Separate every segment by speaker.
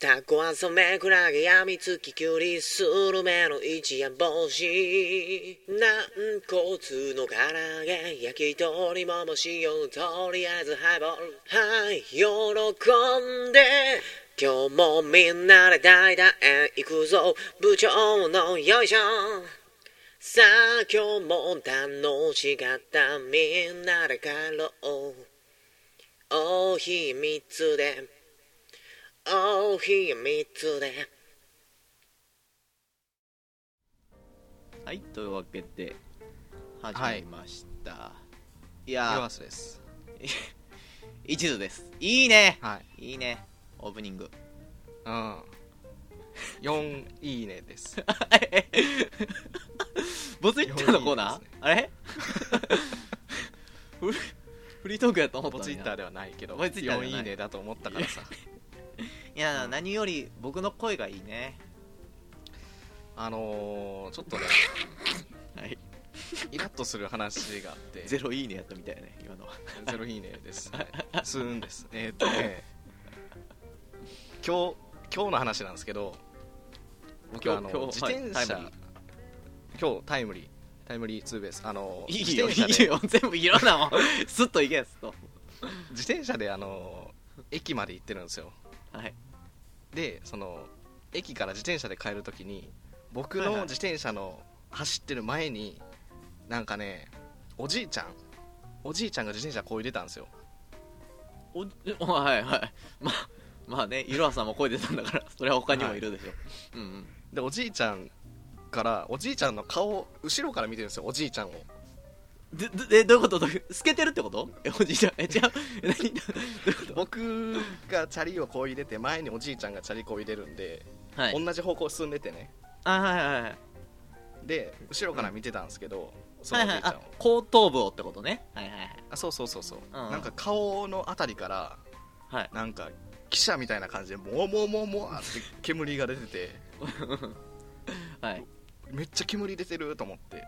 Speaker 1: タコは染めクラゲやみつききゅうりスルメの一夜帽子軟骨の唐揚げ焼き鳥もも塩とりあえずハイボールはい喜んで今日もみんなで代打へ行くぞ部長のよいしょさあ今日も楽しかったみんなで帰ろうお秘密でお秘密で
Speaker 2: はいというわけで始まりました、い、
Speaker 3: ヨ
Speaker 2: や
Speaker 3: ガスです。
Speaker 2: ー一途ですいいね
Speaker 3: はい。
Speaker 2: いいねオープニング
Speaker 3: うん。4いいね です。
Speaker 2: ボツイッターのコーナー
Speaker 3: いいですね
Speaker 2: あれ フリフリートークやと思った
Speaker 3: ボ
Speaker 2: の
Speaker 3: ツイ
Speaker 2: にな
Speaker 3: ッターではないけど、
Speaker 2: ボツイッターでは
Speaker 3: 4
Speaker 2: ない
Speaker 3: いいねだと思ったか らさ。
Speaker 2: いや何より僕の声がいいね
Speaker 3: あのー、ちょっとね、
Speaker 2: はい
Speaker 3: イラッとする話があって、
Speaker 2: ゼロいいねやったみたいね今のは
Speaker 3: ゼロいいねです。はいスーンです。えーっとね、今日、今日の話なんですけど、僕、
Speaker 2: 今日
Speaker 3: あの
Speaker 2: 今日
Speaker 3: 自転
Speaker 2: はい
Speaker 3: 車、
Speaker 2: タイム
Speaker 3: 今日タイムリー、タイムリーツーベース、あの
Speaker 2: いい
Speaker 3: 自
Speaker 2: よい
Speaker 3: 転車で
Speaker 2: いよ全部いろんなもんスッといけスッと
Speaker 3: 自転車であの駅まで行ってるんですよ。
Speaker 2: はい
Speaker 3: でその駅から自転車で帰るときに僕
Speaker 2: はい
Speaker 3: の
Speaker 2: はい
Speaker 3: 自転車の走ってる前になんかねおじいちゃんおじいちゃんが自転車こいでたんですよ
Speaker 2: おおはいはいまあまあねいろはさんも声出たんだから それは他にもいるでしょ、うんうん
Speaker 3: でおじいちゃんからおじいちゃんの顔を後ろから見てるんですよおじいちゃんを
Speaker 2: ででえどういうことどういう透けてるってことえおじいちゃんえ違うえ何どういうこ
Speaker 3: 僕がチャリをこいでて前におじいちゃんがチャリこいでるんで、
Speaker 2: とはい
Speaker 3: 同じ方向進んでてね
Speaker 2: あはいはいはい
Speaker 3: で後ろから見てたんですけど、そのおじいちゃ
Speaker 2: はいは
Speaker 3: んを、
Speaker 2: いあ後頭部をってことねはいはいはい
Speaker 3: あそうそうそうそう、
Speaker 2: ん
Speaker 3: なんか顔のあたりから
Speaker 2: はい
Speaker 3: なんか汽車みたいな感じでもうもうもうもうって煙が出てて
Speaker 2: はい
Speaker 3: めっちゃ煙出てると思って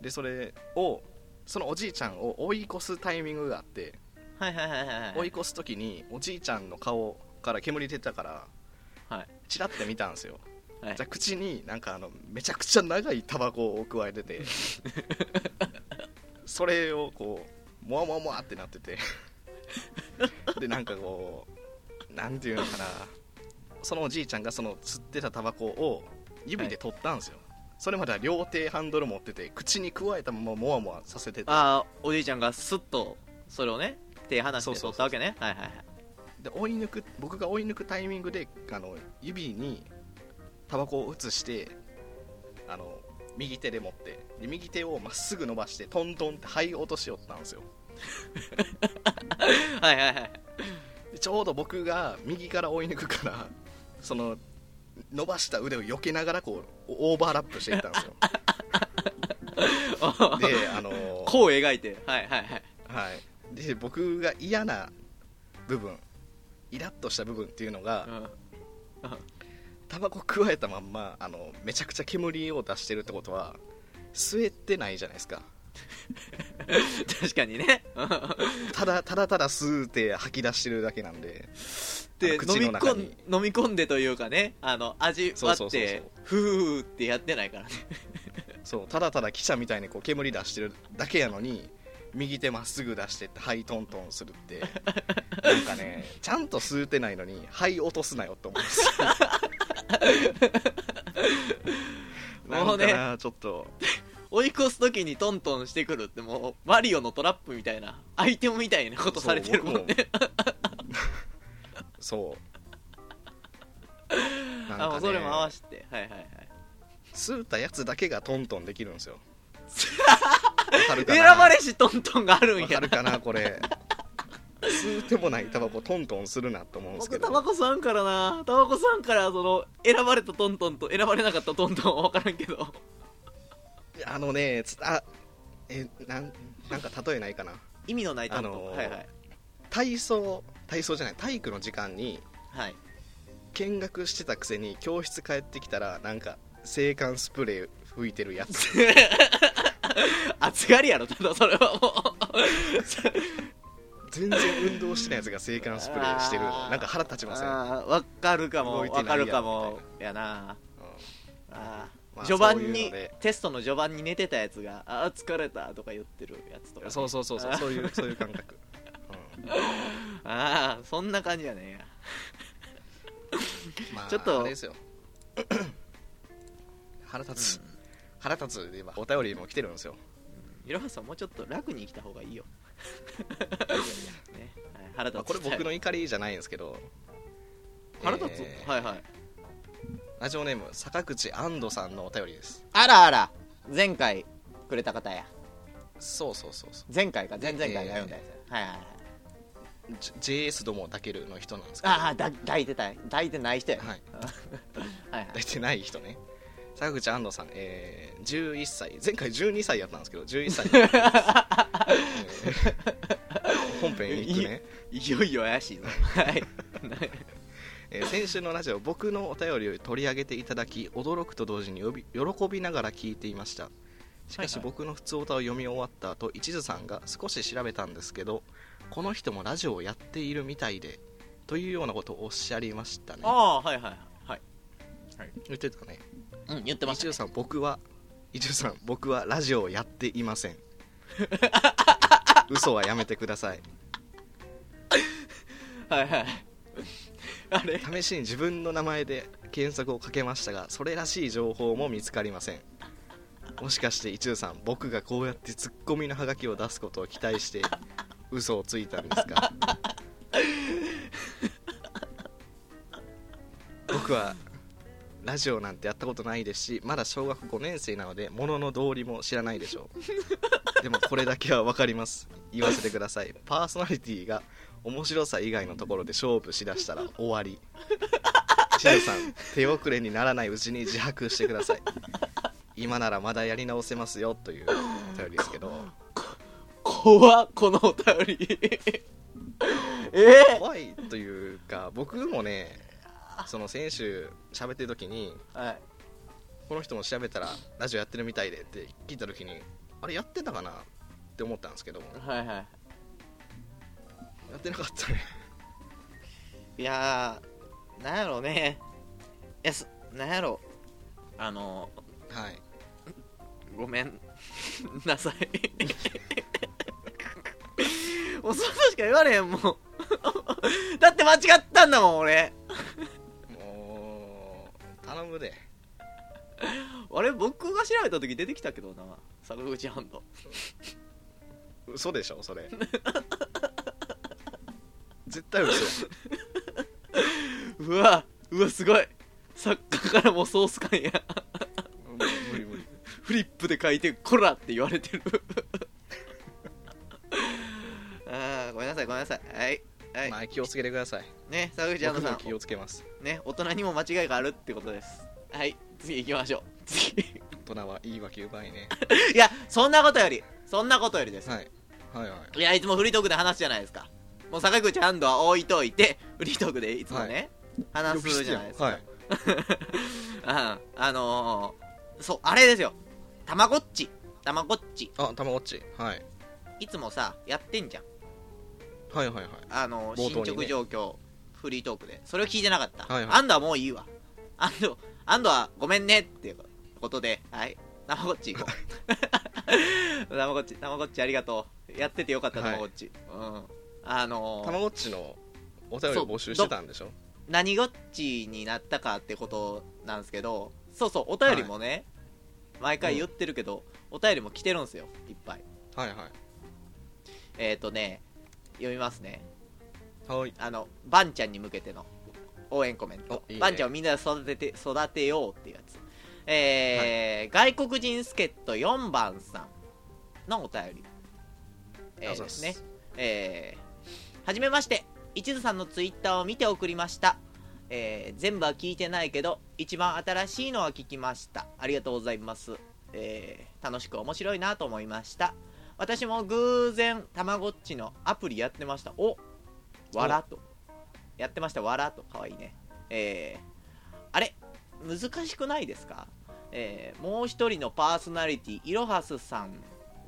Speaker 3: でそれをそのおじいちゃんを追い越すタイミングがあって
Speaker 2: はいはいはいはい
Speaker 3: 追い越す時におじいちゃんの顔から煙出てたから
Speaker 2: はい
Speaker 3: チラッて見たんですよ、
Speaker 2: はい
Speaker 3: じゃあ口になんかあのめちゃくちゃ長いタバコを加え ててそれをこうもわもわもわってなっ ててでなんかこうなんていうのかなそのおじいちゃんがその吸ってたタバコを指で取ったんですよ、それまでは両手ハンドル持ってて口に加えたままもわもわさせてて
Speaker 2: ああおじいちゃんがスッとそれをね手離して
Speaker 3: そうそうそう
Speaker 2: 取ったわけねはいはいはい
Speaker 3: で追い抜く僕が追い抜くタイミングであの指にタバコを移してあの右手で持ってで右手をまっすぐ伸ばしてトントンって肺を落としよったんですよ
Speaker 2: はいはいはい
Speaker 3: でちょうど僕が右から追い抜くから その伸ばした腕を避けながらこうオーバーラップしていったんですよであの
Speaker 2: こう描いてはいはいはい
Speaker 3: はいで僕が嫌な部分イラッとした部分っていうのが、
Speaker 2: うん
Speaker 3: タバコ加えたまんまあのめちゃくちゃ煙を出してるってことは吸えてないじゃないですか
Speaker 2: 確かにね
Speaker 3: ただただただ吸うて吐き出してるだけなんで
Speaker 2: で
Speaker 3: あの口
Speaker 2: 飲み
Speaker 3: の中に
Speaker 2: 込ん飲み込んでというかねあの味わ
Speaker 3: そうそう
Speaker 2: っ
Speaker 3: そうそう
Speaker 2: てふーってやってないからね
Speaker 3: そうただただ汽車みたいにこう煙出してるだけやのに右手まっすぐ出してって肺トントンするってなんかねちゃんと吸うてないのに肺落とすなよって思うんですな ん
Speaker 2: もう
Speaker 3: か
Speaker 2: ね
Speaker 3: なちょっと
Speaker 2: 追い越す時にトントンしてくるってもうマリオのトラップみたいなアイテムみたいなことされてるもんね
Speaker 3: そうな ん
Speaker 2: あも
Speaker 3: か
Speaker 2: うそれ
Speaker 3: ね
Speaker 2: も合わせてはいはいはい
Speaker 3: 吸うたやつだけがトントンできる んですよわかるか
Speaker 2: 選
Speaker 3: な
Speaker 2: ばれしトントンがあるん
Speaker 3: わ
Speaker 2: や
Speaker 3: かるかなこれ吸うてもないタバコトントンするなと思うんです け
Speaker 2: 僕
Speaker 3: ど
Speaker 2: タバコさんからなタバコさんからその選ばれたトントンと選ばれなかったトントンは分からんけど
Speaker 3: あのねつあえなんなんか例えないかな
Speaker 2: 意味のないトントン、
Speaker 3: あのー
Speaker 2: はいはい
Speaker 3: 体操体操じゃない体育の時間に
Speaker 2: はい
Speaker 3: 見学してたくせに教室帰ってきたらなんか制汗スプレー吹いてるやつ
Speaker 2: 暑がりやろただそれはもう
Speaker 3: 全然運動してないやつが制汗スプレーしてる
Speaker 2: あ
Speaker 3: の
Speaker 2: ー
Speaker 3: なんか腹立ちません、うん
Speaker 2: あーわかるかも
Speaker 3: 動いてない
Speaker 2: わ
Speaker 3: や
Speaker 2: かるかもやなあー、
Speaker 3: まあ
Speaker 2: 序盤
Speaker 3: そういう
Speaker 2: に
Speaker 3: ので
Speaker 2: テストの序盤に寝てたやつが「あー疲れた」とか言ってるやつとかね、
Speaker 3: そうそうそうそう
Speaker 2: あー
Speaker 3: そういうそういう感覚、う
Speaker 2: ああそんな感じやね
Speaker 3: んまあ、
Speaker 2: ちょっと
Speaker 3: あ れですよ腹立つ、腹立つで今お便りも来てるんですよ
Speaker 2: いろはさんもうちょっと楽に生きた方がいい よねはい腹
Speaker 3: ま
Speaker 2: 立
Speaker 3: あ
Speaker 2: つ
Speaker 3: これ僕の怒りじゃないんですけど
Speaker 2: 腹立つ、
Speaker 3: えー
Speaker 2: はいはい
Speaker 3: ラジオネーム坂口安藤さんのお便りです
Speaker 2: あらあら前回くれた方や
Speaker 3: そうそうそうそ、
Speaker 2: 前回か前々回が読んだやつ、はいはいはいう
Speaker 3: J、JS どもたけるの人なんですけど
Speaker 2: ああだ抱いてた抱いてない人や、
Speaker 3: はい、
Speaker 2: はいはい
Speaker 3: 出てない人ね坂口安藤さん、えー、11歳前回12歳やったんですけど11歳 えー本編行くね、
Speaker 2: いよいよ怪しいぞ はい
Speaker 3: えー先週のラジオ僕のお便りを取り上げていただき驚くと同時に呼び喜びながら聞いていましたしかし
Speaker 2: はいはい
Speaker 3: 僕の普通歌を読み終わった後一途さんが少し調べたんですけどこの人もラジオをやっているみたいでというようなことをおっしゃりましたね
Speaker 2: ああはいはいはい
Speaker 3: 言ってたね
Speaker 2: うん言ってまし
Speaker 3: 一
Speaker 2: た
Speaker 3: 条さん僕は一条さん僕はラジオをやっていませ ん嘘はやめてください
Speaker 2: はいはいあれ
Speaker 3: 試しに自分の名前で検索をかけましたがそれらしい情報も見つかりませんもしかして一条さん僕がこうやってツッコミのハガキを出すことを期待して嘘をついたんですか僕はラジオなんてやったことないですしまだ小学5年生なので物の道理も知らないでしょうでもこれだけは分かります言わせてくださいパーソナリティが面白さ以外のところで勝負しだしたら終わりシルさん手遅れにならないうちに自白してください今ならまだやり直せますよというお便りですけど
Speaker 2: 怖っこのお便り え
Speaker 3: 怖いというか僕もねその先週喋ってる時に
Speaker 2: ー、はい
Speaker 3: この人も調べたらラジオやってるみたいでって聞いた時にあれやってたかなって思ったんですけども
Speaker 2: はいは
Speaker 3: やってなかったね
Speaker 2: いいやーなんやろうねいやすなんやろあの
Speaker 3: はい
Speaker 2: ごめんなさい もうそんなしか言われへんもんだって間違ったんだもん俺
Speaker 3: もう頼むで
Speaker 2: あれ僕が調べた時出てきたけどな坂口ハンド
Speaker 3: 嘘でしょそれ絶対嘘
Speaker 2: うわうわすごい作家からもソース感や
Speaker 3: 無理無理
Speaker 2: フリップで書いて「こら!」って言われてる あーごめんなさいごめんなさいはいはい、
Speaker 3: まあ気をつけてください
Speaker 2: ね坂口アンド
Speaker 3: 僕
Speaker 2: さ
Speaker 3: も
Speaker 2: ん
Speaker 3: 気をつけます
Speaker 2: ね大人にも間違いがあるってことですはい次行きましょう次
Speaker 3: 大人はいいわけうまいね
Speaker 2: いやそんなことよりそんなことよりです、
Speaker 3: はいはいはい
Speaker 2: い、やいつもフリートークで話すじゃないですかもう坂口アンドは置いといてフリートークでいつもね、話すじゃないですか、
Speaker 3: はい
Speaker 2: うんあのー、そうあれですよたまごっちたまごっち
Speaker 3: あたまごっちはい
Speaker 2: いつもさやってんじゃん
Speaker 3: はいはいはい
Speaker 2: あのー
Speaker 3: 冒頭
Speaker 2: 進
Speaker 3: に
Speaker 2: 捗
Speaker 3: ね
Speaker 2: 状況フリートークでそれを聞いてなかった、
Speaker 3: はいはい
Speaker 2: アンドはもういいわアンドアンドはごめんねっていうことではいたまごっち行こ うたまごっちたまごっちありがとうやっててよかった
Speaker 3: は
Speaker 2: た
Speaker 3: い
Speaker 2: まごっち、うんあのー
Speaker 3: たまごっちのお便りを募集してたんでしょ
Speaker 2: 何ごっちになったかってことなんですけどそうそうお便りもね、毎回言ってるけど、お便りも来てるんですよいっぱい
Speaker 3: はいは
Speaker 2: えっ、ー、とね読みますね
Speaker 3: いはい
Speaker 2: あのバンちゃんに向けての応援コメント
Speaker 3: おいいね
Speaker 2: バンちゃんをみんなで育てて育てようっていうやつえー外国人助っ人4番さんのお便りえ
Speaker 3: あ
Speaker 2: ー
Speaker 3: ざ
Speaker 2: で
Speaker 3: っす
Speaker 2: すねえーはじめまして一途さんのツイッターを見て送りました、えー全部は聞いてないけど一番新しいのは聞きましたありがとうございます、えー楽しく面白いなと思いました私も偶然たまごっちのアプリやってましたおわらとやってましたわらとかわいいねえーあれ難しくないですかえーもう一人のパーソナリティいろはすさん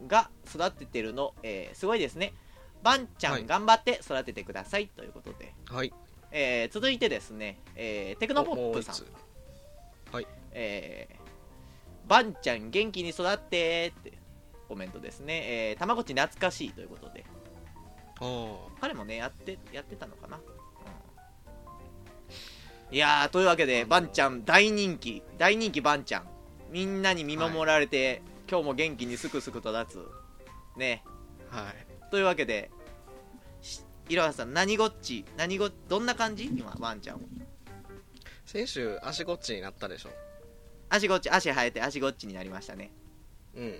Speaker 2: が育ててるの、えーすごいですねバンちゃ
Speaker 3: は
Speaker 2: ん
Speaker 3: い
Speaker 2: 頑張って育ててくださいということで、
Speaker 3: はい
Speaker 2: えー続いてですね、えーテクノポップさん
Speaker 3: おもう一つ
Speaker 2: えーバンちゃん元気に育ってってコメントですね、えー、たまごっち懐かしいということで
Speaker 3: おー
Speaker 2: 彼もねやってやってたのかな、うんいやーというわけで
Speaker 3: あのー
Speaker 2: バンちゃん大人気大人気バンちゃんみんなに見守られて、今日も元気にすくすくと立つね
Speaker 3: はい
Speaker 2: というわけでしいろはさん何ごっち何ごどんな感じ今バンちゃん
Speaker 3: 先週足ごっちになったでしょ
Speaker 2: 足ごっち足生えて足ごっちになりましたね
Speaker 3: うん
Speaker 2: うん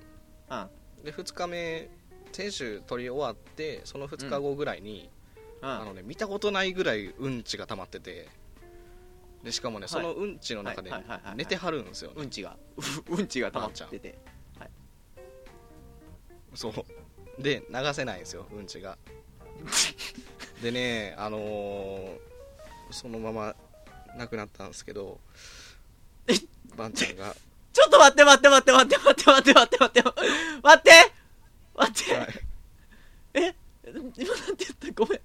Speaker 3: で2日目先週取り終わってその2日後ぐらいに、
Speaker 2: うん
Speaker 3: あのね見たことないぐらいうんちが溜まっててでしかもね、
Speaker 2: い
Speaker 3: そのうんちの中で
Speaker 2: はいはいはいはいはい
Speaker 3: 寝てはるんですよね、
Speaker 2: うんちがうんちが溜まってて
Speaker 3: そうで流せないんですようんちがでねあのーそのまま亡くなったんですけど
Speaker 2: え
Speaker 3: ばんちゃんが、は
Speaker 2: ちょっと待って待って待って待って待って待って待って待って待って待って、
Speaker 3: い、
Speaker 2: え今なんて言ったごめん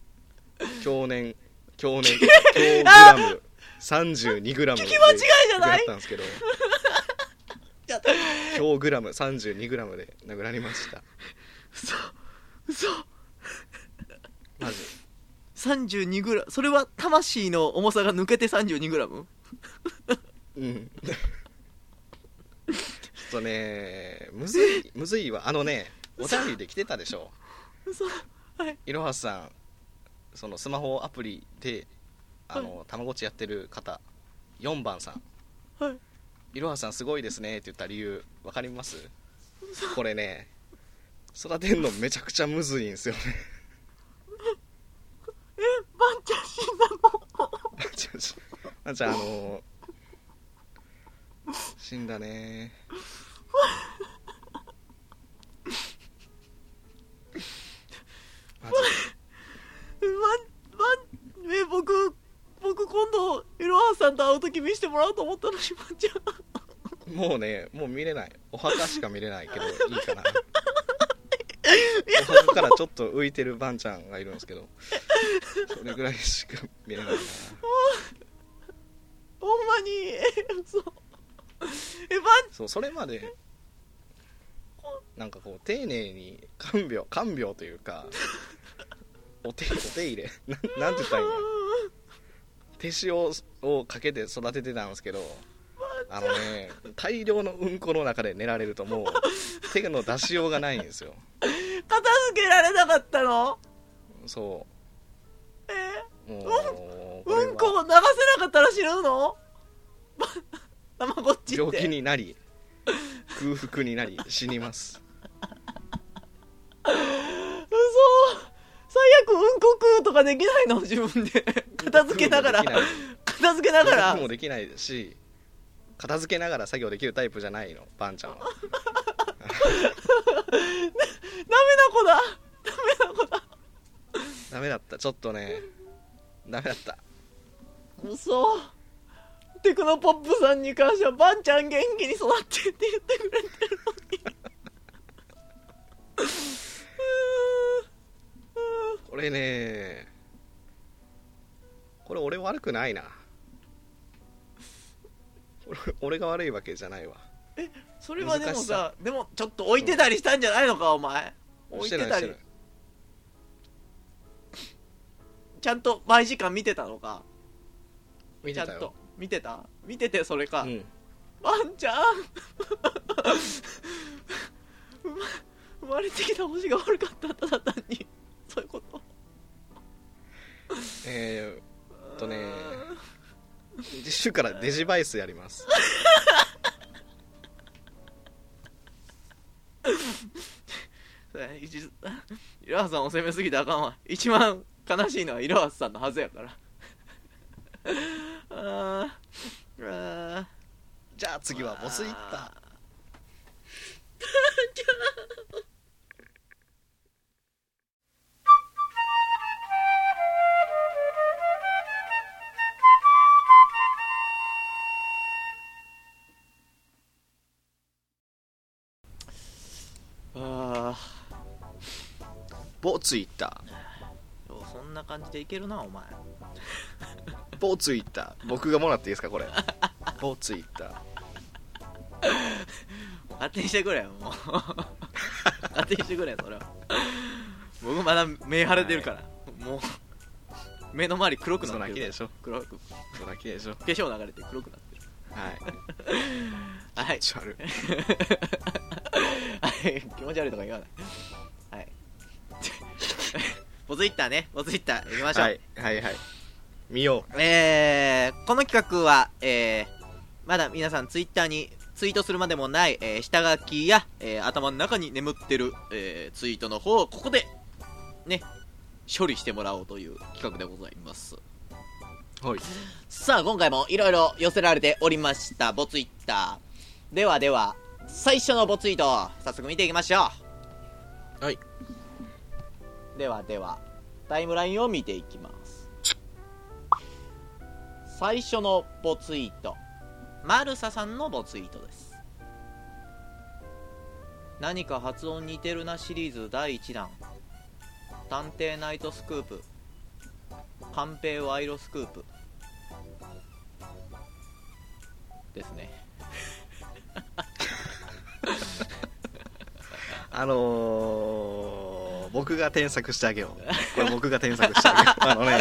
Speaker 3: 去年去年強グラム32グラム聞
Speaker 2: き間違いじゃない
Speaker 3: ったんですけど
Speaker 2: ちょっ
Speaker 3: 強グラム32グラムで殴られました
Speaker 2: 嘘嘘
Speaker 3: マジ
Speaker 2: 32グラムそれは魂の重さが抜けて32グラム
Speaker 3: うんちょっとねむずいむずいわあのねお便りで来てたでしょ
Speaker 2: 嘘はい
Speaker 3: いろはさんそのスマホアプリであのたまごっちやってる方4番さん
Speaker 2: はい
Speaker 3: いろはさんすごいですねって言った理由わかりますこれね育てんのめちゃくちゃむずいんですよね
Speaker 2: えバンちゃん死んだの
Speaker 3: ちょちょまんちゃんあの死んだね
Speaker 2: バン
Speaker 3: マジで
Speaker 2: バンえ僕僕今度エロハーさんと会う時見せてもらおうと思ったのにバンちゃん
Speaker 3: もうね、もう見れない。お墓しか見れないけど、いいかな。お墓からちょっと浮いてるバンちゃんがいるんですけど、それぐらいしか見れないな。
Speaker 2: ほんまにえ嘘えバン
Speaker 3: そう、それまで、なんかこう、丁寧に看病、看病というか、お手お手入れな、なんて言ったらいいの手塩をかけて育ててたんですけど、あのね、大量のうんこの中で寝られるともう、手の出しようがないんですよ。
Speaker 2: 片付けられなかったの
Speaker 3: そう。
Speaker 2: え
Speaker 3: もう、これは
Speaker 2: うんこを流せなかったら死ぬの ばたまごっちって
Speaker 3: 病気になり空腹になり死にます
Speaker 2: 嘘最悪うんこ食うとかできないの自分で片付けながら
Speaker 3: 空腹も
Speaker 2: 片付けな
Speaker 3: で
Speaker 2: が
Speaker 3: きない空
Speaker 2: ら
Speaker 3: 腹もできないし片付けながら作業できるタイプじゃないのバンちゃんは
Speaker 2: ダメな子だダメな子だ
Speaker 3: ダメだったちょっとねダメだった
Speaker 2: 嘘テクノポップさんに関してはバンちゃん元気に育ってって言ってくれてるのにうーんうーん
Speaker 3: これねこれ俺悪くないな俺俺が悪いわけじゃないわ
Speaker 2: それはでも
Speaker 3: 難し
Speaker 2: さ
Speaker 3: さ
Speaker 2: でもちょっと置いてたりしたんじゃないのか、お前置い
Speaker 3: してな
Speaker 2: て
Speaker 3: い
Speaker 2: た
Speaker 3: して
Speaker 2: り
Speaker 3: ない
Speaker 2: ちゃんと毎時間見てたのか
Speaker 3: 見
Speaker 2: ちゃ
Speaker 3: て
Speaker 2: ん
Speaker 3: たよ
Speaker 2: と見てた見ててそれか、
Speaker 3: うん
Speaker 2: ワンちゃん生ま生まれてきた星が悪かったただ単にそういうこと
Speaker 3: えー、っとね次週からデジバイスやります
Speaker 2: そうや一途いろはさんを責めすぎてあかんわ一番悲しいのはいろはさんのはずやからあーあー
Speaker 3: じゃあ次はボスイッター
Speaker 2: あー
Speaker 3: ボツイッター
Speaker 2: な感じでいけるなお前
Speaker 3: 某ツイッター僕がもらっていいですかこれ某ツイッター
Speaker 2: 勝手にしてくれよもう勝手にしてくれよそれは僕まだ目腫れてるから、もう目の周り黒くなってる
Speaker 3: 嘘泣きでしょ
Speaker 2: 黒く化
Speaker 3: それだけでしょ
Speaker 2: 粧流れて黒くなってる
Speaker 3: はい
Speaker 2: はい
Speaker 3: ちょ悪い
Speaker 2: はい気持ち悪いとか言わない はいボツイッターねボツイッター行きましょう、
Speaker 3: はいはいはい見よ
Speaker 2: えーこの企画は、えーまだ皆さんツイッターにツイートするまでもない、えー下書きや、えー頭の中に眠ってる、えーツイートの方をここでね処理してもらおうという企画でございます
Speaker 3: うはい
Speaker 2: さあ今回もいろいろ寄せられておりましたボツイッターではでは最初のボツイート早速見ていきましょう
Speaker 3: はい
Speaker 2: ではではタイムラインを見ていきます最初のボツイートマルサさんのボツイートです何か発音似てるなシリーズ第1弾探偵ナイトスクープ寛平賄賂スクープですね
Speaker 3: あのー、僕が添削してあげよう これ僕が添削して あげようあのね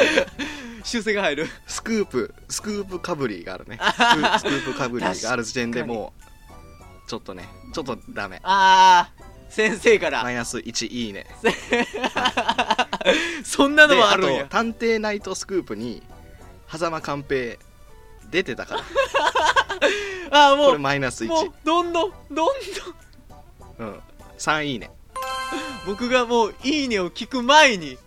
Speaker 2: 修正が入る
Speaker 3: スクープスクープかぶりがあるねスクースクープかぶりがある時点でもうちょっとねちょっとダメ
Speaker 2: ああ先生から、
Speaker 3: マイナス1いいね
Speaker 2: そんなの
Speaker 3: で
Speaker 2: もあ
Speaker 3: あ
Speaker 2: るん
Speaker 3: と
Speaker 2: や
Speaker 3: 探偵ナイトスクープに狭間寛平出てたから
Speaker 2: ああも
Speaker 3: これ
Speaker 2: う
Speaker 3: マイナス
Speaker 2: も
Speaker 3: 1
Speaker 2: う、どんどんどんどん
Speaker 3: うん、3いいね
Speaker 2: 僕がもう「いいね」を聞く前 にも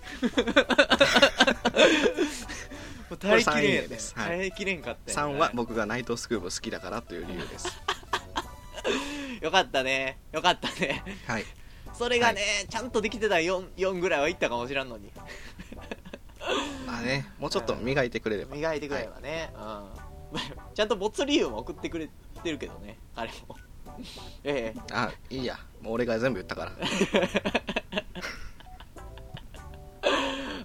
Speaker 2: う耐えきれんや
Speaker 3: これ三いいね
Speaker 2: ね
Speaker 3: ですはい
Speaker 2: 耐えきれんかったんや
Speaker 3: 3は僕がナイトスクープ好きだからという理由です
Speaker 2: よかったねよかったね
Speaker 3: はい
Speaker 2: それがね、ちゃんとできてた 4, 4ぐらいはいったかもしらんのに
Speaker 3: まあねもうちょっと磨いてくれれば
Speaker 2: 磨いてくれればね、うん ちゃんとボツ理由も送ってくれてるけどね彼も ええ
Speaker 3: あいいやもう俺が全部言ったから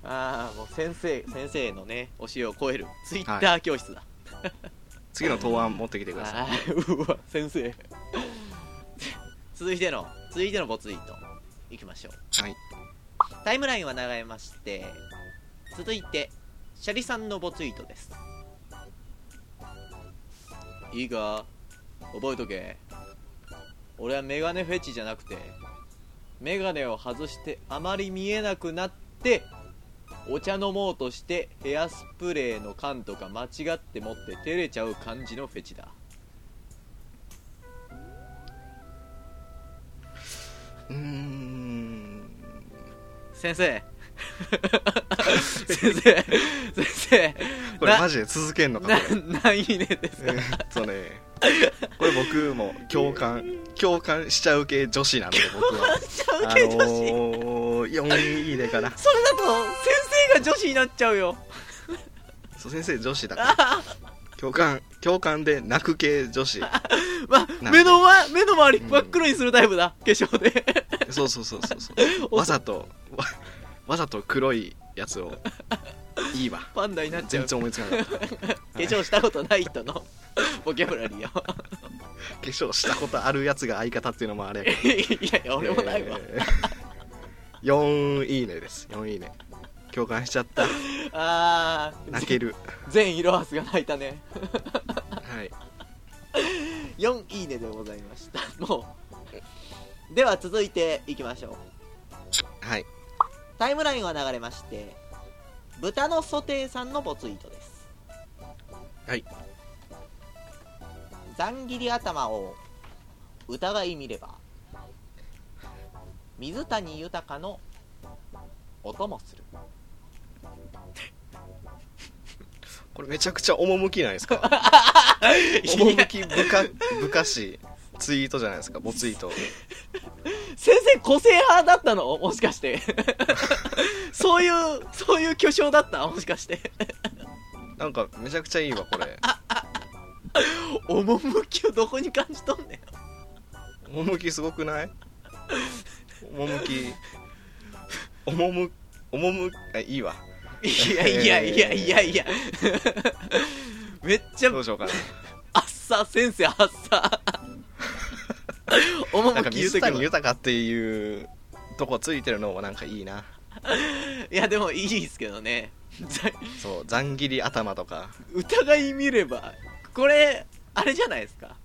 Speaker 2: ああもう先生先生のね教えを超えるツイッター教室だ、
Speaker 3: 次の答案持ってきてください
Speaker 2: ああうわ先生 続いての続いてのボツイートいきましょう
Speaker 3: はい
Speaker 2: タイムラインは流れまして続いてシャリさんのボツイートですいいか覚えとけ俺はメガネフェチじゃなくてメガネを外してあまり見えなくなってお茶飲もうとしてヘアスプレーの缶とか間違って持って照れちゃう感じのフェチだ
Speaker 3: うーん
Speaker 2: 先 生先生先生
Speaker 3: これマジで続けんのかこ
Speaker 2: な
Speaker 3: れ
Speaker 2: な何いいねですか
Speaker 3: えーっとねこれ僕も共 感共感しちゃう系女子なんで僕は
Speaker 2: しちゃ
Speaker 3: あ
Speaker 2: う
Speaker 3: の
Speaker 2: けどし、
Speaker 3: ー、4位でかな
Speaker 2: それだと先生が女子になっちゃうよ
Speaker 3: そう先生女子だ から共感共感で泣く系女子
Speaker 2: ま
Speaker 3: で
Speaker 2: 目の前目の周り
Speaker 3: うん
Speaker 2: 真っ黒にするタイプだ、化粧で
Speaker 3: そうそうそうそう そうわざとわわざと黒いやつをいいわ
Speaker 2: パンダになっちゃう
Speaker 3: 全
Speaker 2: 化
Speaker 3: 然思いつかなかった
Speaker 2: 粧したことない人のボキャブラリーよ
Speaker 3: 化粧したことあるやつが相方っていうのもあれやけど
Speaker 2: いやいや俺もないわ、
Speaker 3: えー、4いいねです4いいね共感しちゃった
Speaker 2: あー
Speaker 3: 泣ける
Speaker 2: 全色ハスが泣いたね
Speaker 3: はい
Speaker 2: 4いいねでございましたもうでは続いていきましょう
Speaker 3: はい
Speaker 2: タイムラインは流れまして豚のソテーさんのボツイートです
Speaker 3: はい
Speaker 2: ざん切り頭を疑い見れば水谷豊の音もする
Speaker 3: これめちゃくちゃ趣ないですか 趣深深しツイートじゃないですかボツイート
Speaker 2: 先生個性派だったのもしかして そういうそういう巨匠だったもしかして
Speaker 3: なんかめちゃくちゃいいわこれ
Speaker 2: 趣をどこに感じとんねん
Speaker 3: 趣すごくない趣趣趣あいいわ
Speaker 2: いいやいやいやいやい やめっちゃ
Speaker 3: どうしようかな
Speaker 2: あっさ先生あっ さ
Speaker 3: なんか
Speaker 2: 趣言う
Speaker 3: 水
Speaker 2: とき
Speaker 3: 谷
Speaker 2: も
Speaker 3: 豊かっていうとこついてるのもなんかいいない
Speaker 2: やでもいいですけどね ざ
Speaker 3: そうざんぎり頭とか
Speaker 2: 疑い見ればこれあれじゃないですか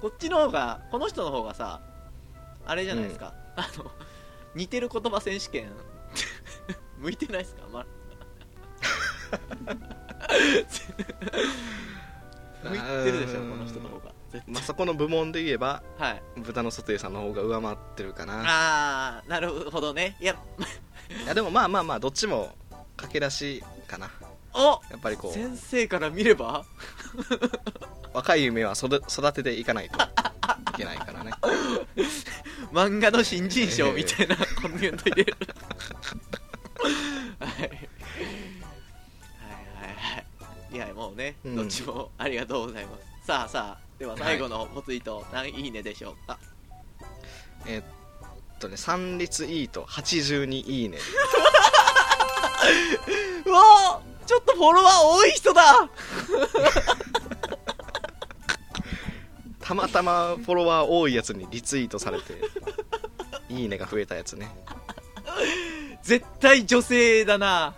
Speaker 2: こっちの方がこの人の方がさあれじゃないですか、あの似てる言葉選手権 向いてないですか、 ま、 向いてるでしょこの人の方が絶
Speaker 3: まあ、そこの部門で言えば
Speaker 2: 対はい
Speaker 3: 豚のソテーさんの方が上回ってるかない
Speaker 2: ああなるほどね いや
Speaker 3: やでもまあまあまあどっちも駆け出しかな
Speaker 2: お
Speaker 3: やっぱりこう
Speaker 2: 先生から見れば
Speaker 3: 若い夢は育育てていかないといけないからね
Speaker 2: 漫画の新人賞みたいなコメント入れ るはいはいはいはいいやもうね、
Speaker 3: うん
Speaker 2: どっちもありがとうございますさあさあでは最後のポツイート、何いいねでしょうか
Speaker 3: えっとね3立いいと82いいね
Speaker 2: うわあちょっとフォロワー多い人だ
Speaker 3: たまたまフォロワー多いやつにリツイートされていいねが増えたやつね
Speaker 2: 絶対女性だな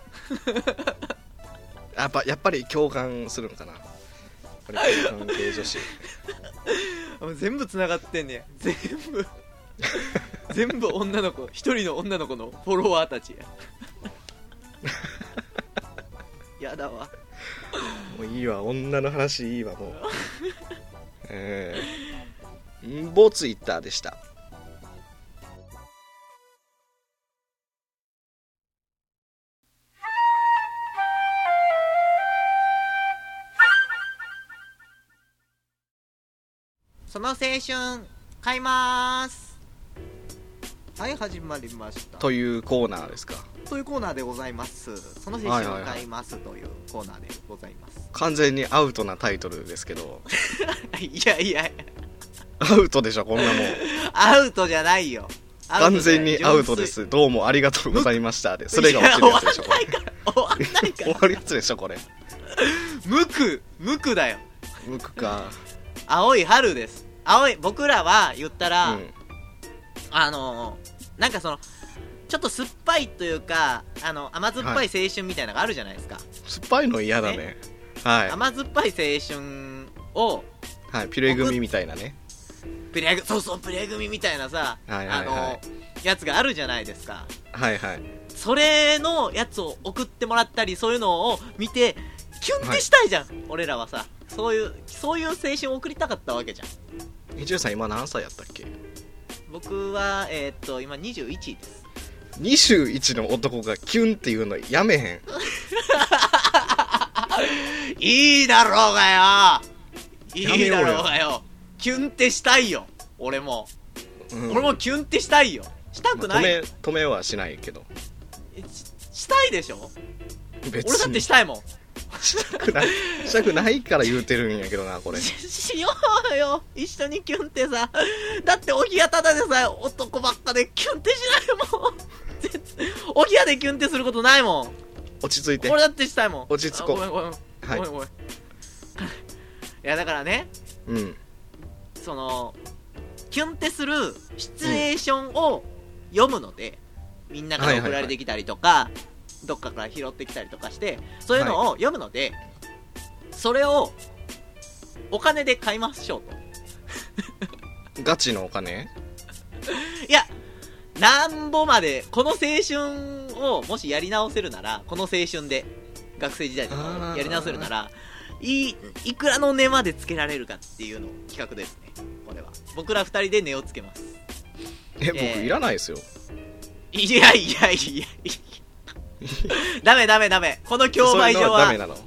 Speaker 3: やっぱやっぱり共感するのかなこれ共感系女子
Speaker 2: もう全部つながってんねや全 部全部女の子一人の女の子のフォロワーたち ややだわ
Speaker 3: もういいわ女の話いいわ もうえー、んぼツイッターでした
Speaker 2: その青春買いまーすはい始まりましたと
Speaker 3: というコーナーですか
Speaker 2: いうコーナーでございますその青
Speaker 3: はいはい
Speaker 2: 春
Speaker 3: はい
Speaker 2: 買いますというコーナーでございます、
Speaker 3: 完全にアウトなタイトルですけど
Speaker 2: いやいや
Speaker 3: アウトでしょこんなもん
Speaker 2: アウトじゃないよアウ
Speaker 3: 完
Speaker 2: トじゃ
Speaker 3: 全
Speaker 2: ない
Speaker 3: にアウトで
Speaker 2: 純
Speaker 3: すどうもありがとうございましたでそれが落ちるやつでしょこ
Speaker 2: 粋終
Speaker 3: れ
Speaker 2: わんないか
Speaker 3: 終 わるやつでしょこれ
Speaker 2: 無垢無垢だよ
Speaker 3: 向くか
Speaker 2: 青い春です青い僕らは言ったら、
Speaker 3: うん
Speaker 2: あのーなんかそのちょっと酸っぱいというかあの甘酸っぱい青春みたいなのがあるじゃないですか、
Speaker 3: 酸っぱいの嫌だねは
Speaker 2: 甘酸っぱい青春を
Speaker 3: い、はい、ピュレ組みたいなね
Speaker 2: プレグそうそうプレ組みたいなさ、
Speaker 3: はいはいはい
Speaker 2: あのーやつがあるじゃないですか
Speaker 3: はいはい
Speaker 2: それのやつを送ってもらったりそういうのを見てキュンってしたいじゃん、俺らはさそういうそういう青春を送りたかったわけじゃん
Speaker 3: 伊集院さん今何歳やったっけ
Speaker 2: 僕はえーっと今21です
Speaker 3: 21の男がキュンっていうのやめへん
Speaker 2: いいだろうがよ
Speaker 3: や
Speaker 2: い
Speaker 3: め
Speaker 2: い
Speaker 3: よ
Speaker 2: だ
Speaker 3: うよ
Speaker 2: ろうがよキュンってしたいよ俺も、
Speaker 3: うん
Speaker 2: 俺もキュンってしたいよしたく
Speaker 3: まあ
Speaker 2: な
Speaker 3: 止
Speaker 2: い、
Speaker 3: め止めはしないけど
Speaker 2: ししたいでしょ
Speaker 3: 別に
Speaker 2: 俺だってしたいもん
Speaker 3: したくない したくないから言うてるんやけどなこれ
Speaker 2: ししようよ一緒にキュンってさだっておぎやただでさえ男ばっかでキュンってしないもん絶対おぎやでキュンってすることないもん
Speaker 3: 落ち着いて
Speaker 2: 俺だってしたいもん
Speaker 3: 落ち着こう
Speaker 2: あごめんごめん、
Speaker 3: はい
Speaker 2: ごめんごめんいやだからね
Speaker 3: うん
Speaker 2: そのキュンってするシチュエーションを読むので、みんなから送られてきたりとか、どっかから拾ってきたりとかしてそういうのを読むので、それをお金で買いましょうと
Speaker 3: ガチのお金
Speaker 2: いやなんぼまでこの青春をもしやり直せるならこの青春で学生時代とかをやり直せるならいいくらの値までつけられるかっていうのを企画ですねこれは僕ら二人で値をつけます
Speaker 3: え僕
Speaker 2: えー
Speaker 3: いらないですよ
Speaker 2: いやいやいやいや。ダメダメダメ。この競売
Speaker 3: そういう
Speaker 2: 場
Speaker 3: のはダメ
Speaker 2: は、
Speaker 3: なの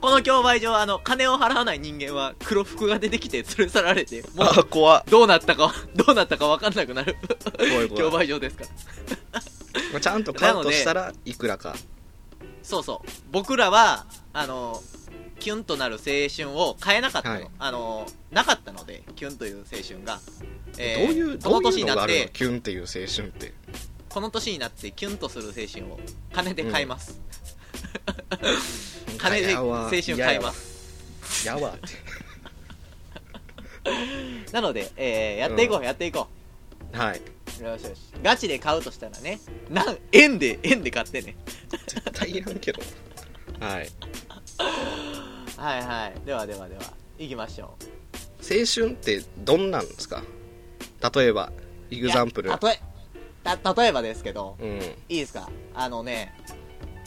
Speaker 2: この競売場は、あの、金を払わない人間は黒服が出てきて連れ去られて、も
Speaker 3: あ
Speaker 2: う、
Speaker 3: 怖っ
Speaker 2: どうなったか、どうなったか分かんなくなる。
Speaker 3: 怖い怖
Speaker 2: 競
Speaker 3: い、ま
Speaker 2: 売場ですから。
Speaker 3: あ、ちゃんとカ
Speaker 2: な
Speaker 3: ウ
Speaker 2: の
Speaker 3: ト
Speaker 2: で
Speaker 3: したらいくらか
Speaker 2: そうそう。僕らは、あの、キュンとなる青春を変えなかったの。
Speaker 3: はい
Speaker 2: あの、なかったので、キュンという青春が。え
Speaker 3: どういう
Speaker 2: こ
Speaker 3: ど
Speaker 2: の
Speaker 3: う
Speaker 2: 年
Speaker 3: い
Speaker 2: に
Speaker 3: うのが
Speaker 2: なっ
Speaker 3: あるの
Speaker 2: て、
Speaker 3: キュンっていう青春って
Speaker 2: この年になってキュンとする青春を金で買います。金で青春買います
Speaker 3: やわやわっ
Speaker 2: なので、えーやっていこう、やっていこ
Speaker 3: てはいう
Speaker 2: よしよしガチで買うとしたらねなん円で円で買ってね
Speaker 3: 絶対いらんけどはい
Speaker 2: はいはいではではでは行きましょう
Speaker 3: 青春ってどんなんですか例えばイグザンプル
Speaker 2: いや例えた例えばですけど
Speaker 3: うん
Speaker 2: いいですかあのね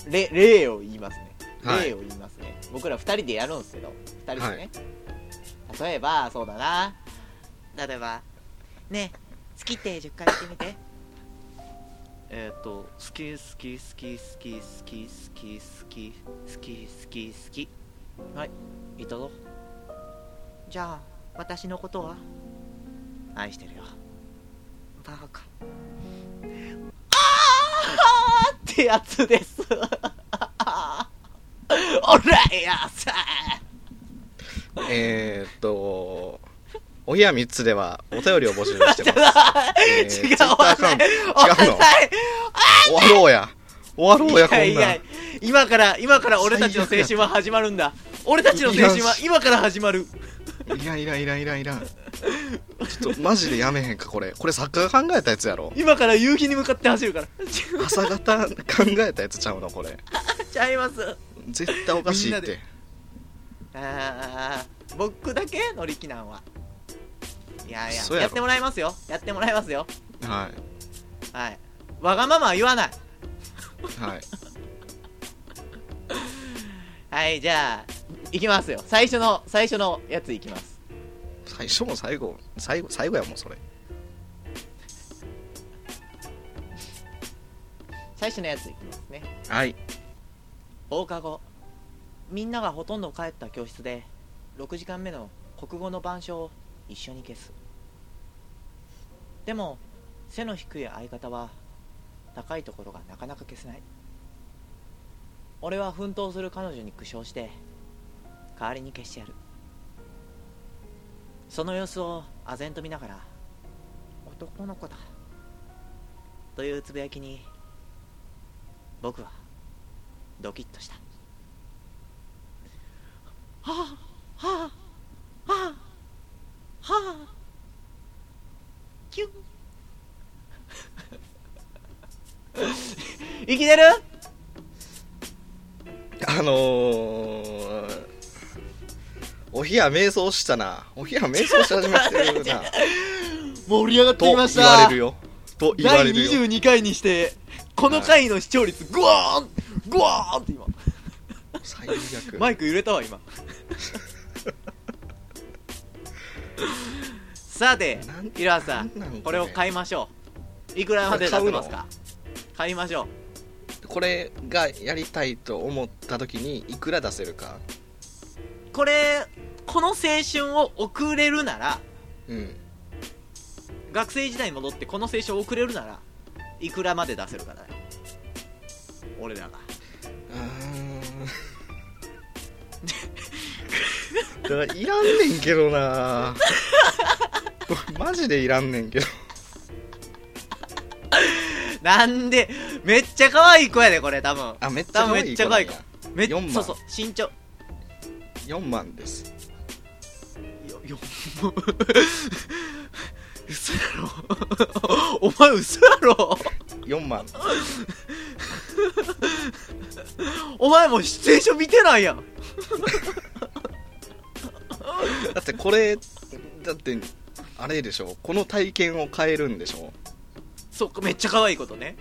Speaker 2: れ例を言いますね
Speaker 3: はい
Speaker 2: 例を言いますね、僕ら2人でやるんですけど2人でね、例えばそうだな例えばねえ好きって10回言ってみてえっと好き好き好き好き好き好き好き好き好き好きはいいたぞじゃあ私のことは愛してるよバカあーってやつです。 オレやさ
Speaker 3: えー、っとお部屋3つではお便りを募 集してます
Speaker 2: 違
Speaker 3: え
Speaker 2: う
Speaker 3: ー、
Speaker 2: お
Speaker 3: Twitter アカウ
Speaker 2: 前
Speaker 3: ント違うの
Speaker 2: お
Speaker 3: 終わろうや終わろうやこんな
Speaker 2: 前
Speaker 3: ん
Speaker 2: いやいや、今から、今から俺たちの青春は始まるんだ。俺たちの青春は今から始まる。
Speaker 3: いらんいらんいらんいらんいらんちょっとマジでやめへんかこれこれ作家が考えたやつやろ
Speaker 2: 今から夕日に向かって走るから。 違う
Speaker 3: 朝方考えたやつちゃうのこれ
Speaker 2: ちゃいます。
Speaker 3: 絶対おかしいっ
Speaker 2: みんな
Speaker 3: て
Speaker 2: あー僕だけ乗り気なんは。いやい
Speaker 3: そ
Speaker 2: や、
Speaker 3: やろ
Speaker 2: やってもらいますよ。やってもらいますよ。
Speaker 3: は
Speaker 2: はい。わがままは言わない。
Speaker 3: いはい
Speaker 2: はい、じゃあ、いきますよ。最初の、最初のやついきます。
Speaker 3: 最初も最後最後最後やもんそれ
Speaker 2: 最初のやついきますね。
Speaker 3: はい
Speaker 2: 放課後、みんながほとんど帰った教室で、6時間目の国語の板書を一緒に消す。でも、背の低い相方は、高いところがなかなか消せない。俺は奮闘する彼女に苦笑して、代わりに消してやる。その様子を唖然と見ながら、男の子だ。というつぶやきに、僕は、ドキッとしたはあはあはあはあキュン 生きてる
Speaker 3: あのー、お部屋瞑想したなお部屋瞑想し始めてるな
Speaker 2: 盛り上がっ
Speaker 3: と言われるよと言われるよ
Speaker 2: 回にしてこ
Speaker 3: の回
Speaker 2: の視聴率グワーングワーンって今
Speaker 3: 最悪
Speaker 2: マイク揺れたわ 今さて
Speaker 3: なん
Speaker 2: いろはさん
Speaker 3: なんなんこれ
Speaker 2: これを買いましょういくらまで出せますか買いましょ
Speaker 3: これがやりたいと思った時にいくら出せるか
Speaker 2: うこれこの青春を送れるなら
Speaker 3: うん
Speaker 2: 学生時代に戻ってこの青春を送れるならいくらまで出せるかだよ俺らが
Speaker 3: うーんだからいらんねんけどなこれマジでいらんねんけど
Speaker 2: なんでめっちゃ可愛い子やでこれ多分
Speaker 3: あめっちゃ可愛
Speaker 2: めっ
Speaker 3: い子なんや
Speaker 2: ちゃ可愛い子めっ
Speaker 3: 4万
Speaker 2: そうそう身長
Speaker 3: 4万です
Speaker 2: よ、よ、もう 嘘やろ お前嘘やろ
Speaker 3: 4万
Speaker 2: お前もう出演者見てないやん。
Speaker 3: だってこれだってあれでしょこの体験を変えるんでしょ
Speaker 2: そっか、めっちゃ可愛いことね。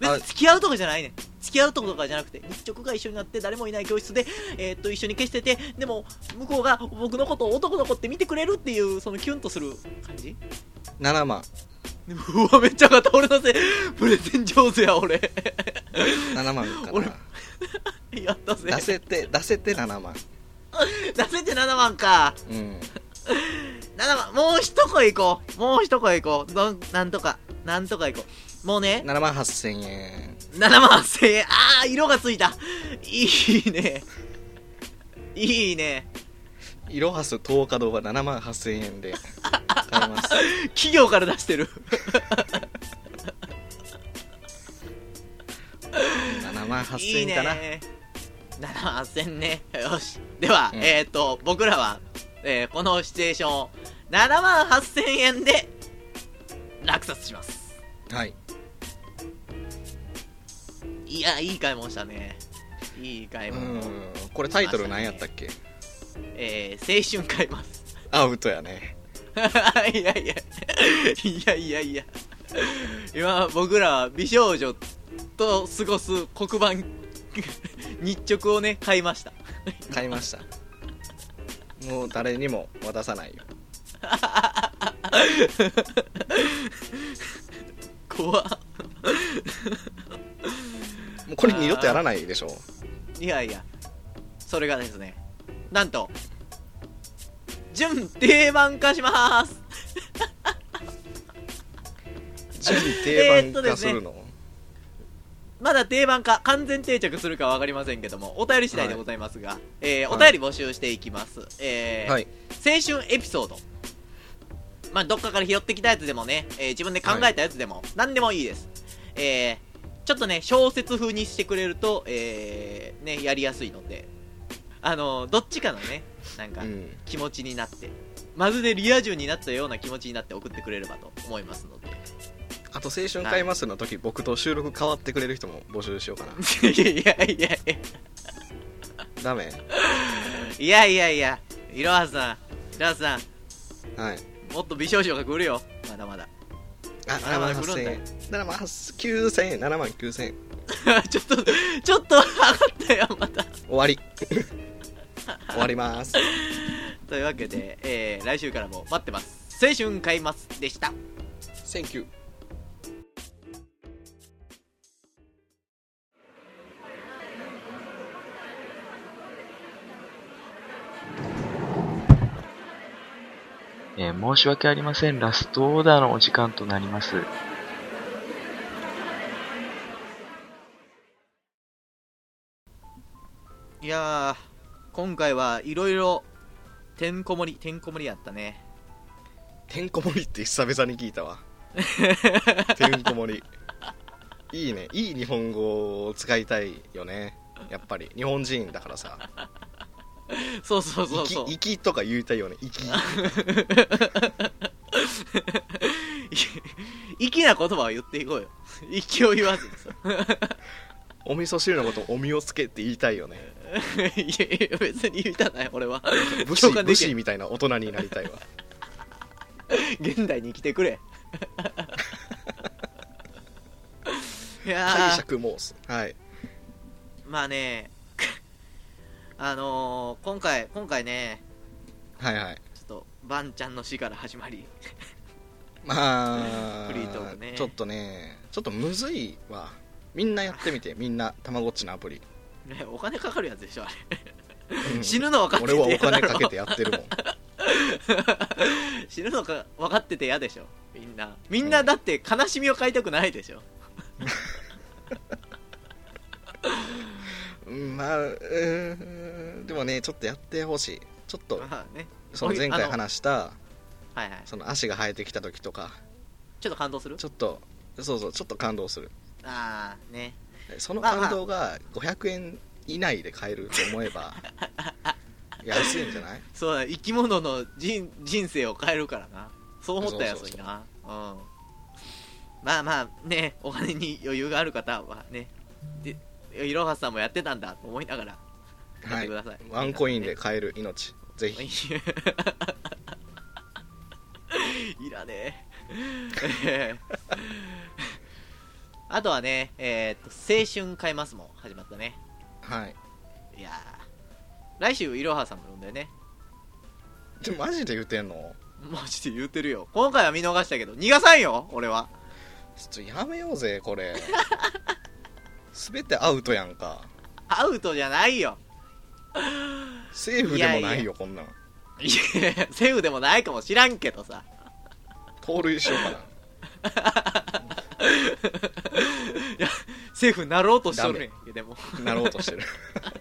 Speaker 2: 別
Speaker 3: あ
Speaker 2: に付き合うとかじゃないねん。付き合うとかじゃなくて、日直が一緒になって誰もいない教室で、えーっと、一緒に消してて、でも、向こうが僕のことを男の子って見てくれるっていう、そのキュンとする感じ
Speaker 3: 7万
Speaker 2: でもうわ、めっちゃ上がった。俺のせい。プレゼン上手や、俺。
Speaker 3: 7万か
Speaker 2: 俺
Speaker 3: な
Speaker 2: やったぜ。
Speaker 3: 出せて出せて7万
Speaker 2: 出せて7万か。
Speaker 3: うん
Speaker 2: 7万、もう一声いこう。もう一声いこう。なん、なんとか、なんとかいこう。もうね、
Speaker 3: 7万8000円
Speaker 2: 7万8000円。あー、色がついた。いいね。いいね。
Speaker 3: いろはす10日堂は7万8000円で買います
Speaker 2: 企業から出してる。
Speaker 3: 7万8000
Speaker 2: いい
Speaker 3: 円かな
Speaker 2: ね。 78000ね。よし。では、
Speaker 3: うん
Speaker 2: えっ、と、僕らは、えーこのシチュエーションを7万8000円で落札します。
Speaker 3: はい
Speaker 2: いや、いい買い物したね。いい買いう物。
Speaker 3: んこれタイトル何やったっけ
Speaker 2: えー、青春買います。
Speaker 3: アウトやね
Speaker 2: いやいや、いやいやいや。今、僕らは美少女と過ごす黒板 日直をね、買いました。
Speaker 3: 買いましたもう誰にも渡さないよ
Speaker 2: 怖っ
Speaker 3: もうこれ二度とやらないでしょ
Speaker 2: いやいや、それがですね、なんと、準定番化します
Speaker 3: 準定番
Speaker 2: えーっとで
Speaker 3: 化
Speaker 2: す
Speaker 3: す
Speaker 2: ね
Speaker 3: るの
Speaker 2: まだ定番化、完全定着するかわかりませんけども、お便り次第でございますが、えーお便り募集していきます。えー
Speaker 3: はい
Speaker 2: 青春エピソード。まあ、どっかから拾ってきたやつでもね、えー自分で考えたやつでも、何でもいいです。えーちょっとね、小説風にしてくれると、えーね、やりやすいので、あのーどっちかのね、なんか、
Speaker 3: うん
Speaker 2: 気持ちになってまるでリア充になったような気持ちになって送ってくれればと思いますので
Speaker 3: あと「青春買います」の時僕と収録変わってくれる人も募集しようかない
Speaker 2: やいやいや
Speaker 3: ダメ
Speaker 2: いやいやいやいろはさんいろはさん
Speaker 3: はい
Speaker 2: もっと美少女が来るよまだま だ
Speaker 3: あ
Speaker 2: 7
Speaker 3: 7
Speaker 2: 万
Speaker 3: 万
Speaker 2: 8000
Speaker 3: 8000
Speaker 2: 円
Speaker 3: 円7万9000円7万9000円
Speaker 2: ちょっとちょっと上がったよまた
Speaker 3: 終わり 終わります
Speaker 2: というわけで、えー来週からも待ってます青春買いますでした
Speaker 3: Thank you
Speaker 4: えー申し訳ありません。ラストオーダーのお時間となります。
Speaker 2: いやー今回はいろいろてんこ盛りてんこ盛りやったね
Speaker 3: てんこ盛りって久々に聞い たわてんこ盛りいいねいい日本語を使いたいよねやっぱり日本人だからさ
Speaker 2: そうそう
Speaker 3: 「
Speaker 2: そう
Speaker 3: き
Speaker 2: そう
Speaker 3: きとか言いたいよね 「き
Speaker 2: 粋な言葉を言っていこうよ粋を言わずにさ
Speaker 3: お味噌汁のこと「お身をつけ」って言いたいよね
Speaker 2: いやいや別に言いたない俺は
Speaker 3: 武士
Speaker 2: 共感で
Speaker 3: 武
Speaker 2: きへ
Speaker 3: 士
Speaker 2: ん
Speaker 3: みたいな大人になりたいわ
Speaker 2: 現代に来てくれ い
Speaker 3: 解
Speaker 2: やー
Speaker 3: 釈申すはい
Speaker 2: まあねあのー、今回今回ね
Speaker 3: はいはい
Speaker 2: ちょっとバンちゃんの死から始まり
Speaker 3: まあ
Speaker 2: フリートークね
Speaker 3: ちょっとねちょっとむずいわみんなやってみてみんなたまごっちのアプリ、
Speaker 2: ねお金かかるやつでしょあれ
Speaker 3: うん
Speaker 2: 死ぬの分かって
Speaker 3: 俺
Speaker 2: て
Speaker 3: はお
Speaker 2: 嫌だ
Speaker 3: 金
Speaker 2: ろ
Speaker 3: かけてやってるもん
Speaker 2: 死ぬのか分かってて嫌でしょみんなみんなだって悲しみを買いたくないでしょ
Speaker 3: うんまあうーんでもねちょっとやってほしいちょっと
Speaker 2: まあね
Speaker 3: その前回
Speaker 2: あの
Speaker 3: 話した
Speaker 2: はいはい
Speaker 3: その足が生えてきた時とか
Speaker 2: ちょっと感動する
Speaker 3: ちょっとそうそうちょっと感動する
Speaker 2: ああね
Speaker 3: その
Speaker 2: まあまあ
Speaker 3: 感動が500円以内で買えると思えば安いんじゃない
Speaker 2: そうだ生き物の人人生を変えるからなそう思ったやついなうんまあまあねお金に余裕がある方はねでいろはさんもやってたんだと思いながら やっ
Speaker 3: は
Speaker 2: て
Speaker 3: い
Speaker 2: ください、
Speaker 3: ワンコインで買える命 ぜひ
Speaker 2: いらねえ あとはねえーっと青春変えますもん始まったね
Speaker 3: はい
Speaker 2: いやー来週いろはさんも呼んだよね
Speaker 3: でマジで言うてんの
Speaker 2: マジで言うてるよ今回は見逃したけど逃がさんよ俺は
Speaker 3: ちょっとやめようぜこれ全てアウトやんか
Speaker 2: アウトじゃないよ
Speaker 3: セーフでもないよ
Speaker 2: いやいや
Speaker 3: こんなん
Speaker 2: いやいやセーフでもないかもしらんけどさ
Speaker 3: 盗塁しようかない
Speaker 2: やセーフになろうとしとるんやけどでも
Speaker 3: なろうとしてる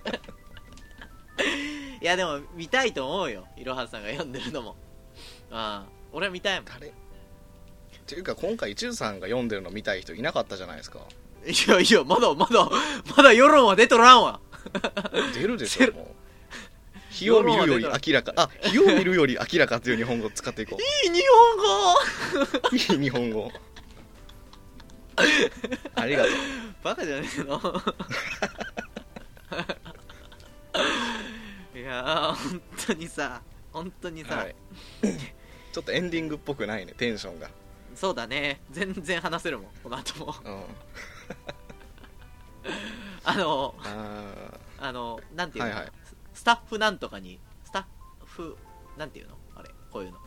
Speaker 2: いやでも見たいと思うよいろはさんが読んでるのもああ俺は見たいもん
Speaker 3: 誰っていうか今回一途さんが読んでるの見たい人いなかったじゃないですか
Speaker 2: いやいやまだまだまだ世論は出とらんわ
Speaker 3: 出るでしょもう火を見るより明らかあ火を見るより明らかという日本語を使っていこ
Speaker 2: いい日本語
Speaker 3: ういい日本語ありがとう
Speaker 2: バカじゃねえの いやー本当にさ本当にさ、
Speaker 3: はい、ちょっとエンディングっぽくないねテンションが、
Speaker 2: そうだね全然話せるもんこの後も
Speaker 3: うん、
Speaker 2: あの
Speaker 3: あ
Speaker 2: あのなんていうの、
Speaker 3: はいはい
Speaker 2: ススタッフなんとかにスタッフなんていうのあれこういうの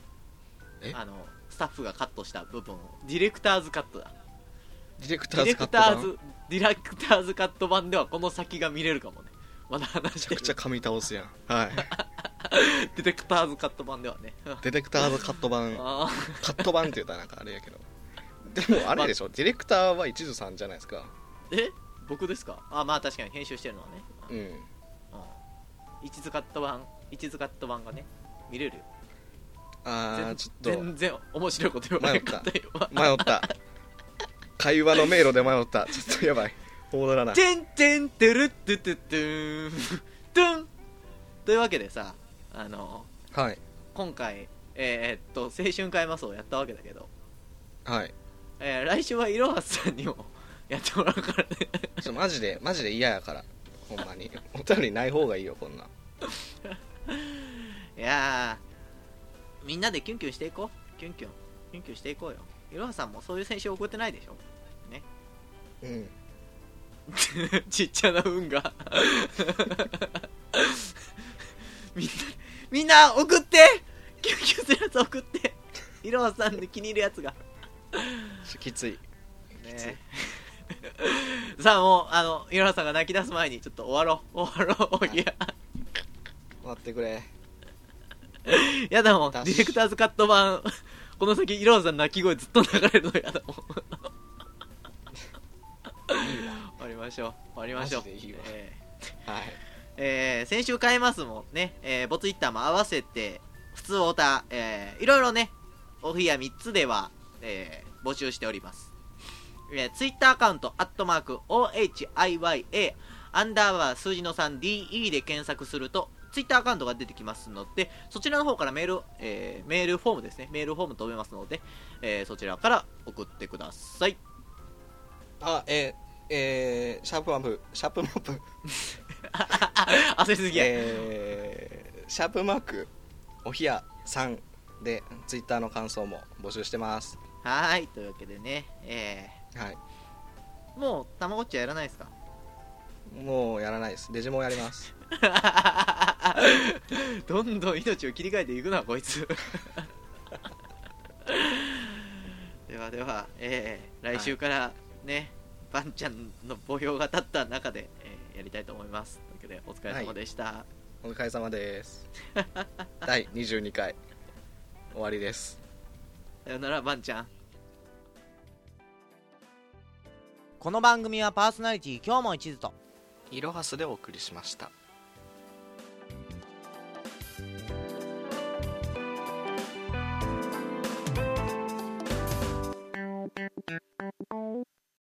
Speaker 3: え
Speaker 2: あのスタッフがカットした部分をディレクターズカットだ
Speaker 3: ーディレクタ
Speaker 2: ディ
Speaker 3: ー
Speaker 2: レ
Speaker 3: ズカッ
Speaker 2: ク
Speaker 3: ト
Speaker 2: タ
Speaker 3: 版
Speaker 2: ーズディレクターズカット版ではこの先が見れるかもねまだ話
Speaker 3: め
Speaker 2: して
Speaker 3: ちゃ
Speaker 2: る
Speaker 3: くちゃ噛み倒すやん はい
Speaker 2: ディレクターズカット版ではね
Speaker 3: ディレクターズカット版
Speaker 2: あー
Speaker 3: カット版って言ったらなんかあれやけどでもあれでしょディレクターは一途さんじゃないですか
Speaker 2: え僕ですかあまあ確かに編集してるのはね
Speaker 3: うん
Speaker 2: うん一途カット版一途カット版がね見れるよ
Speaker 3: ああ
Speaker 2: 全
Speaker 3: ちょっと迷
Speaker 2: 全然面白いこと言わなかったよ
Speaker 3: った会話の迷路で迷ったちょっとやばい戻らない
Speaker 2: てんてんてるっててってーんてんというわけでさあの
Speaker 3: はい
Speaker 2: 今回えー、っと青春買いますをやったわけだけど、
Speaker 3: はい
Speaker 2: えー来週はいろはさんにもやってもらうからね
Speaker 3: ちょマジでマジで嫌やからほんまにお便りない方がいいよこんなん
Speaker 2: いやーみんなでキュンキュンしていこうキュンキュンキュンキュンしていこうよいろはさんもそういう選手送ってないでしょ
Speaker 3: うん
Speaker 2: ちっちゃな運が みんなみんな送ってキュンキュンするやつ送っていろはさんで気に入るやつが
Speaker 3: きつい
Speaker 2: ね さあもうあのいろはさんが泣き出す前にちょっと終わろう終わろういや
Speaker 3: 待ってくれ
Speaker 2: やだもんデ
Speaker 3: だし
Speaker 2: ィレクターズカット版この先いろはさんの泣き声ずっと流れるのやだ もん終わりましょう 終わりましょう
Speaker 3: マジでいいわ
Speaker 2: えー
Speaker 3: はい
Speaker 2: えー先週買いますもんね、えーボツイッターも合わせて普通オタ、えーいろいろねオフィア3つでは、えー募集しております、えー、ツイッターアカウントアットマーク OHIYA アンダーバー数字の 3DE で検索するとツイッターアカウントが出てきますのでそちらの方からメール、えーメールフォームですねメールフォーム飛べますので、えーそちらから送ってください
Speaker 3: あえー、えー、シャープマップシャープマップ
Speaker 2: 焦りすぎや、
Speaker 3: えーシャープマークおひやさんでツイッターの感想も募集してます
Speaker 2: はーいというわけでね、え
Speaker 3: はい
Speaker 2: ーもうたまごっちはやらないですか
Speaker 3: もうやらないですデジモンやります
Speaker 2: どんどん命を切り替えていくなこいつ ではでは、えー来週からね、バンちゃんの母標が立った中で、えーやりたいと思いますというわけでお疲れ様でした、
Speaker 3: お疲れ様です第22回終わりです
Speaker 2: さよならバンちゃんこの番組はパーソナリティ今日も一途と
Speaker 3: いろはすでお送りしました